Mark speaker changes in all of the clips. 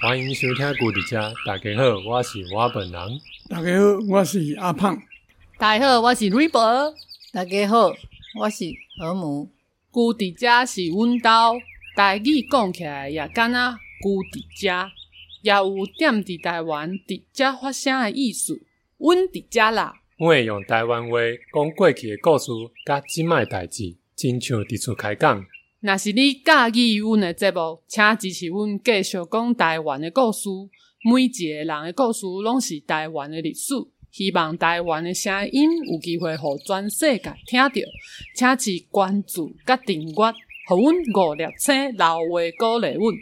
Speaker 1: 欢迎收听《古迪家》，大家好，我是我本人。
Speaker 2: 大家好，我是阿胖。
Speaker 3: 大家好，我是 River，
Speaker 4: 大家好，我是何母。
Speaker 3: 旧伫遮是阮兜，台语讲起来也敢若旧伫遮，也有踮伫台湾伫遮发生诶意思。阮伫遮啦，
Speaker 1: 我会用台湾话讲过去诶故事，甲即卖代志，真像伫厝开讲。
Speaker 3: 若是你喜意阮诶节目，请支持阮继续讲台湾诶故事。每一个人诶故事拢是台湾诶历史，希望台湾诶声音有机会互全世界听到，请是关注甲订阅，互阮五粒星老话鼓励阮。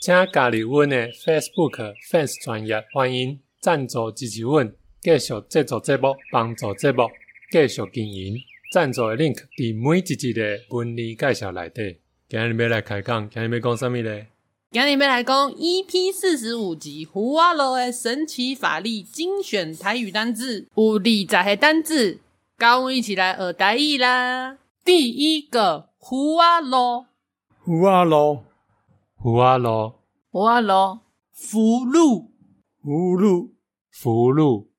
Speaker 1: 请加入阮诶 Facebook fans 专业，欢迎赞助支持阮，继续制作节目，帮助节目继续经营。赞助诶 link 伫每一集诶文字介绍内底。今日要来开讲，今日要讲啥物咧？
Speaker 3: 今日要来讲 EP 四十五集《胡阿罗的神奇法力》精选台语单字，有二十个单字，跟我们一起来学台语啦。第一个胡阿罗，
Speaker 2: 胡阿路、
Speaker 1: 胡阿路、
Speaker 4: 胡阿罗、
Speaker 3: 福禄。
Speaker 2: 胡路、
Speaker 1: 福禄、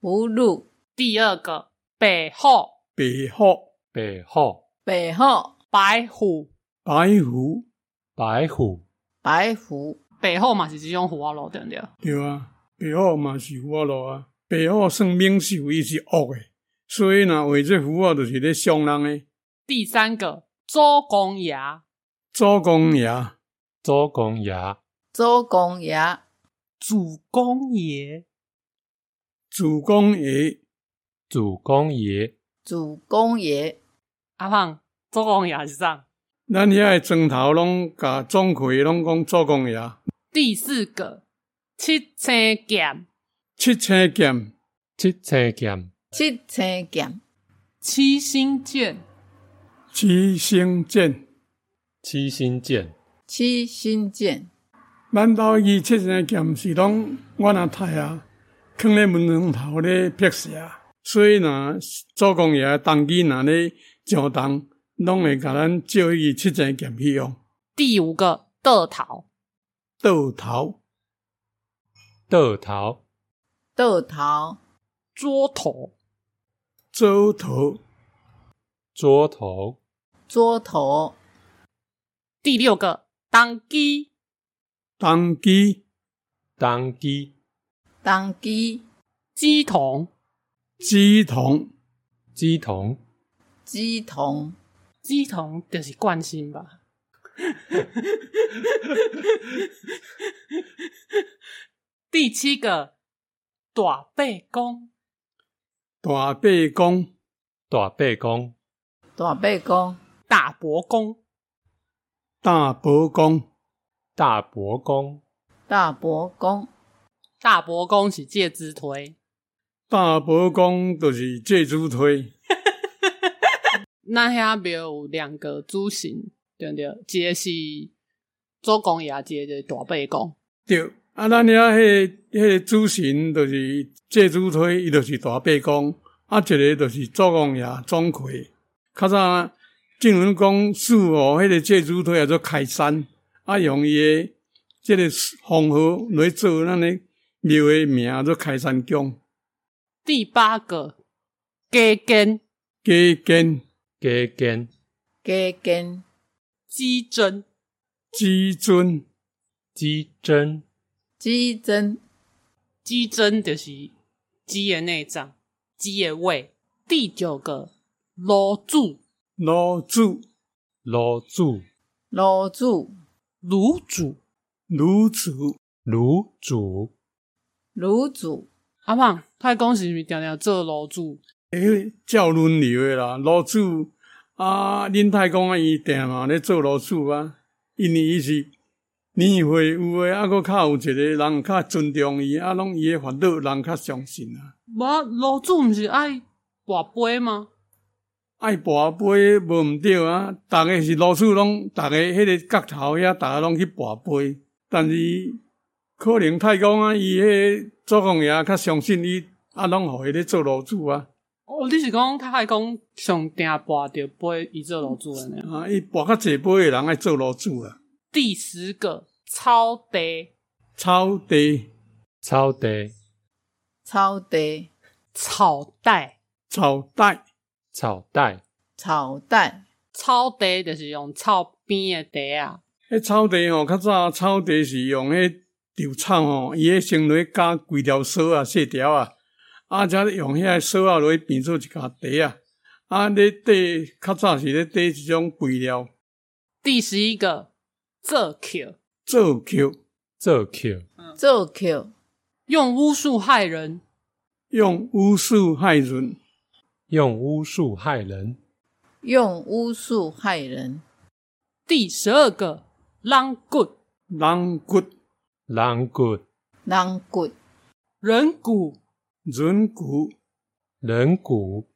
Speaker 4: 胡路、
Speaker 3: 第二个北后
Speaker 2: 白虎、
Speaker 1: 白虎、
Speaker 4: 北后、
Speaker 3: 白虎，
Speaker 1: 白
Speaker 2: 白虎，
Speaker 1: 虎、
Speaker 4: 白虎、
Speaker 3: 北后嘛是这种胡阿罗对不对？
Speaker 2: 对啊，白虎嘛是胡阿路啊。白虎算命秀，伊是恶诶，所以若画这虎啊，就是咧伤人诶。
Speaker 3: 第三个周公牙，
Speaker 2: 祖公爷、
Speaker 1: 周公爷、
Speaker 4: 周公爷、
Speaker 3: 主公爷，
Speaker 2: 主公爷、
Speaker 1: 主公爷、
Speaker 4: 主公爷、
Speaker 3: 阿胖，周公牙是啥？
Speaker 2: 咱遐诶砖头拢甲钟馗拢讲祖公爷。
Speaker 3: 第四个七星剑，
Speaker 2: 七星剑、
Speaker 1: 七星剑、
Speaker 4: 七星剑、
Speaker 3: 七星剑。
Speaker 2: 七星剑，
Speaker 1: 七星剑、
Speaker 4: 七星剑、
Speaker 2: 咱兜伊七星剑是拢阮阿太啊，囥咧门窗头咧劈死啊。所以呢，祖公爷当机若咧上当，拢会甲咱借伊七星剑去用。
Speaker 3: 第五个豆桃，
Speaker 2: 倒头、
Speaker 1: 豆头、
Speaker 4: 豆头、
Speaker 3: 桌头，
Speaker 2: 左头、
Speaker 1: 桌头、
Speaker 4: 桌头、
Speaker 3: 第六个当机，
Speaker 2: 当机、
Speaker 1: 当机、
Speaker 4: 当机、
Speaker 3: 鸡筒，
Speaker 2: 鸡筒、
Speaker 1: 鸡童、
Speaker 4: 鸡童、
Speaker 3: 鸡筒就是惯性吧。 第七个大背公，
Speaker 2: 大背公、
Speaker 1: 大背公、
Speaker 4: 大背公、
Speaker 3: 大伯公，
Speaker 2: 大伯公、
Speaker 1: 大伯公、
Speaker 4: 大伯公、
Speaker 3: 大伯公是介之推。
Speaker 2: 大伯公，就是借猪推。
Speaker 3: 那遐庙有两个主神，对不对？一个是周公爷，一个是大背公。
Speaker 2: 对，啊，咱遐迄迄个主神就是这主推，伊就是大伯公，啊，一个就是祖公爷钟馗。较早正文讲四哦，迄个这主推叫做开山，啊，用伊诶即个封号来做咱诶庙诶名叫做开山宫。
Speaker 3: 第八个鸡根
Speaker 2: 加减
Speaker 1: 鸡根、
Speaker 4: 鸡根、
Speaker 3: 鸡胗。
Speaker 2: 基准
Speaker 1: 鸡胗、
Speaker 4: 鸡胗、
Speaker 3: 鸡胗就是鸡的内脏，鸡的胃。第九个卤煮，
Speaker 2: 老子
Speaker 1: 卤煮、
Speaker 4: 卤煮、
Speaker 3: 卤煮。
Speaker 2: 女子
Speaker 1: 卤煮、
Speaker 4: 卤煮、
Speaker 3: 阿胖，太公是毋是常常做卤煮？
Speaker 2: 诶，照轮流诶啦，老主啊，恁太公啊，伊定嘛咧做老主啊，因为伊是年岁有诶，啊，佫较有一个人较尊重伊，啊，拢伊诶烦恼人较相信啊。
Speaker 3: 无卤煮毋是爱跋杯吗？
Speaker 2: 爱跋杯无毋对啊，逐个是老主拢，逐个迄个角头遐，逐个拢去跋杯，但是可能太公啊，伊迄做公爷较相信伊，啊，拢互伊咧做老主啊。
Speaker 3: 哦，你是讲太公上定跋着杯，伊做卤煮的呢？
Speaker 2: 啊啊，伊跋较济杯诶人爱做老主啊。
Speaker 3: 第十个草地，
Speaker 2: 草地、
Speaker 1: 草地、
Speaker 4: 草地、
Speaker 3: 草袋，
Speaker 2: 草带、
Speaker 1: 草带、
Speaker 4: 草蛋、
Speaker 3: 草地就是用草边的地啊，
Speaker 2: 迄草地吼，较早草地是用迄稻草吼，伊迄先落去加几条绳啊、细条啊，啊，则用遐绳啊落去变做一家地啊。啊，咧地较早是咧地一种肥料，
Speaker 3: 第十一个这 Q
Speaker 2: 做球
Speaker 1: 做球、
Speaker 4: 做球、
Speaker 3: 用巫术害人，
Speaker 2: 用武术害人，
Speaker 1: 用巫术害人、
Speaker 4: 用巫术害人、
Speaker 3: 第十二个浪棍
Speaker 2: 人骨、
Speaker 1: 人骨、
Speaker 4: 人骨、
Speaker 3: 人骨
Speaker 2: 人骨、
Speaker 1: 人骨、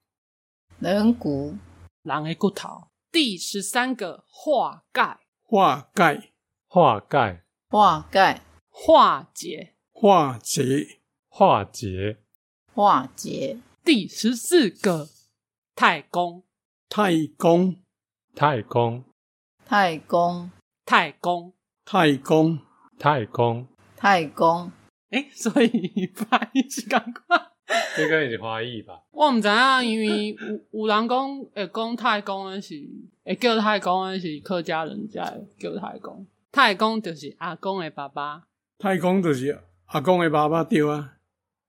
Speaker 4: 人骨、
Speaker 3: 人的骨头，第十三个化解
Speaker 2: 化解、
Speaker 1: 化解、
Speaker 4: 化解、
Speaker 3: 化解，
Speaker 2: 化解、
Speaker 1: 化解、
Speaker 4: 化解、
Speaker 3: 第十四个太公
Speaker 2: 太公、
Speaker 1: 太空、
Speaker 4: 太公、
Speaker 3: 太公，
Speaker 2: 太公、
Speaker 1: 太空，
Speaker 4: 太公、
Speaker 3: 诶、所以翻译是赶快。
Speaker 1: 这个是华裔吧？
Speaker 3: 我毋知影，因为有有人讲会讲太公的是，会叫太公的是客家人家的叫太公。太公就是阿公的爸爸，
Speaker 2: 太公就是阿公的爸爸对啊。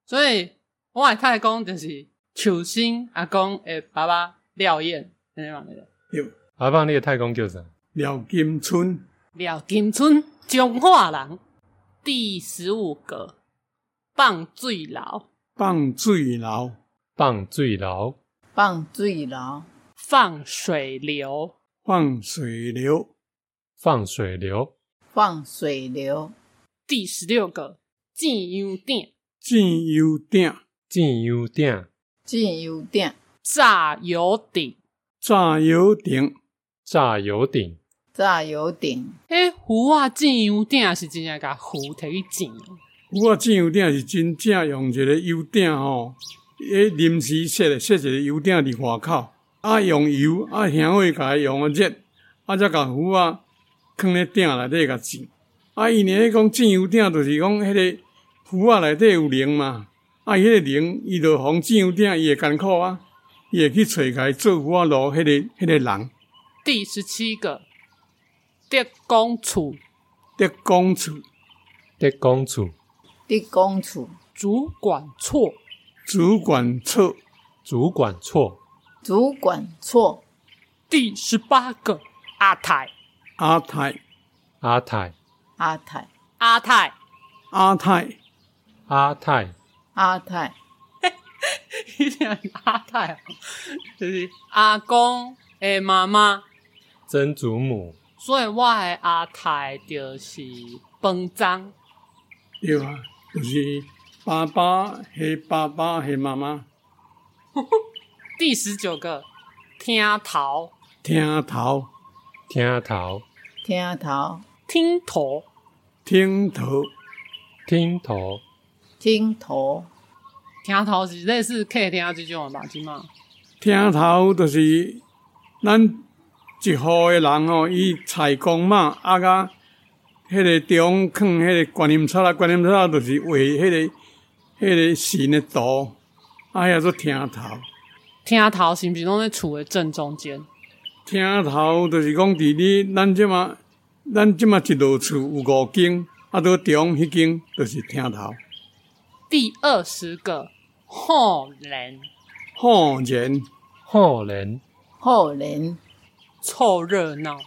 Speaker 3: 所以我的太公就是求生阿公的爸爸廖燕，安尼嘛对不对
Speaker 2: 对，
Speaker 1: 阿棒，你的太空叫啥？
Speaker 2: 廖金春、
Speaker 3: 廖金春，中华人。第十五个放水佬，
Speaker 2: 放水楼、
Speaker 1: 棒水牢、
Speaker 4: 放水牢、
Speaker 3: 放水流，
Speaker 2: 放水流、
Speaker 1: 放水流、
Speaker 4: 放水流、
Speaker 3: 第十六个进油店
Speaker 2: 进油鼎、
Speaker 1: 进油鼎、
Speaker 4: 进油鼎、
Speaker 3: 炸油鼎。
Speaker 2: 炸油鼎、
Speaker 1: 炸油鼎、
Speaker 4: 炸油鼎、
Speaker 3: 迄壶啊，进油鼎是真正甲壶摕去浸的，
Speaker 2: 我进油鼎是真正用一个油鼎吼，迄临时设的设一个油鼎伫外口，啊用油啊香火甲伊用啊热，啊则甲糊啊放咧鼎内底甲浸。啊，伊呢讲进油鼎就是讲迄个糊啊内底有灵嘛，啊伊迄个灵伊就防进油鼎伊会艰苦啊，伊会去找甲伊做糊啊路迄个迄、个人，
Speaker 3: 第十七个德公厝
Speaker 2: 得公厝
Speaker 1: 德公厝、
Speaker 4: 地公处、
Speaker 3: 主管错
Speaker 2: 主管错
Speaker 1: 主管错、
Speaker 4: 主管错、
Speaker 3: 第十八个阿泰
Speaker 2: 阿泰
Speaker 1: 阿泰、
Speaker 4: 阿泰、
Speaker 3: 阿泰，
Speaker 2: 阿泰
Speaker 1: 阿泰、
Speaker 4: 阿泰、
Speaker 3: 一定是阿泰、哦，就是阿公的妈妈，
Speaker 1: 曾祖母、
Speaker 3: 所以我的阿泰就是本章
Speaker 2: 对啊，就是爸爸系爸爸系妈妈，
Speaker 3: 第十九个听头
Speaker 2: 听头
Speaker 1: 听头、
Speaker 4: 听头、
Speaker 3: 听头
Speaker 2: 听头
Speaker 1: 听头、
Speaker 4: 听头、
Speaker 3: 听头是类似客厅这种的吧，即嘛
Speaker 2: 听头，就是咱一户诶人吼，伊采公嘛，啊甲迄个中放迄个观音草啦，观音草就是画迄、个迄、个神诶图，啊遐做听头。
Speaker 3: 听头是毋是拢在厝的正中间？
Speaker 2: 听头就是讲伫你咱即马，咱即马一路厝有五间，啊，到中迄间就是听头。
Speaker 3: 第二十个后人
Speaker 2: 好人
Speaker 1: 后人
Speaker 4: 后人、
Speaker 3: 凑热闹，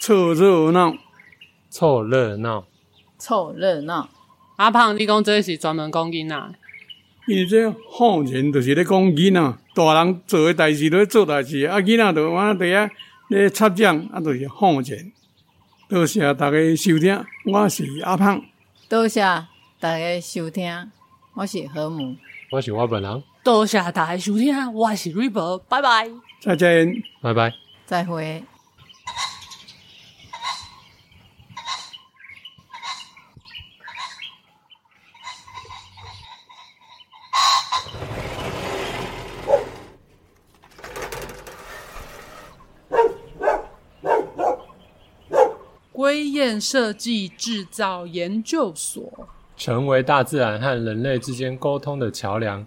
Speaker 2: 凑热闹。
Speaker 1: 凑热闹、
Speaker 4: 凑热闹、
Speaker 3: 阿胖，你讲这是专门讲囡仔的，
Speaker 2: 因为这好人就是咧讲囡仔，大人做诶代志咧做代志，啊囡仔就往伫遐咧插掌，啊就是好人。多谢大家收听，我是阿胖，
Speaker 4: 多谢大家收听，我是何母，
Speaker 1: 我是我本人，
Speaker 3: 多谢大家收听，我是瑞博，拜拜。
Speaker 2: 再见。
Speaker 1: 拜拜。
Speaker 4: 再会。
Speaker 3: 《归雁设计制造研究所。
Speaker 1: 成为大自然和人类之间沟通的桥梁，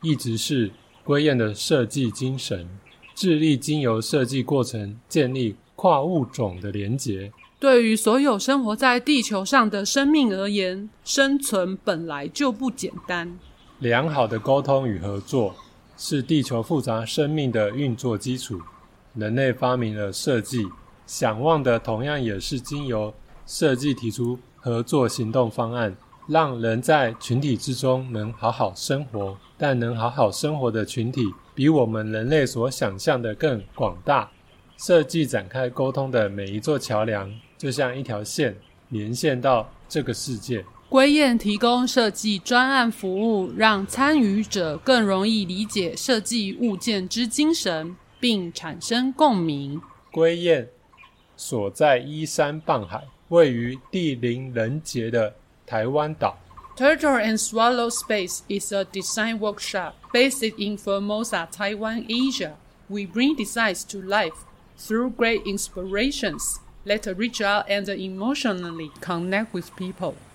Speaker 1: 一直是归雁的设计精神，致力经由设计过程建立跨物种的连结。
Speaker 3: 对于所有生活在地球上的生命而言，生存本来就不简单。
Speaker 1: 良好的沟通与合作是地球复杂生命的运作基础。人类发明了设计，想望的同样也是经由设计提出合作行动方案，让人在群体之中能好好生活。但能好好生活的群体，比我们人类所想象的更广大。设计展开沟通的每一座桥梁，就像一条线，连线到这个世界。
Speaker 3: 归雁提供设计专案服务，让参与者更容易理解设计物件之精神，并产生共鸣。
Speaker 1: 归雁所在依山傍海，位于地灵人杰的台湾岛。
Speaker 3: Turtle and Swallow Space is a design workshop based in Formosa, Taiwan, Asia. We bring designs to life through great inspirations that reach out and emotionally connect with people.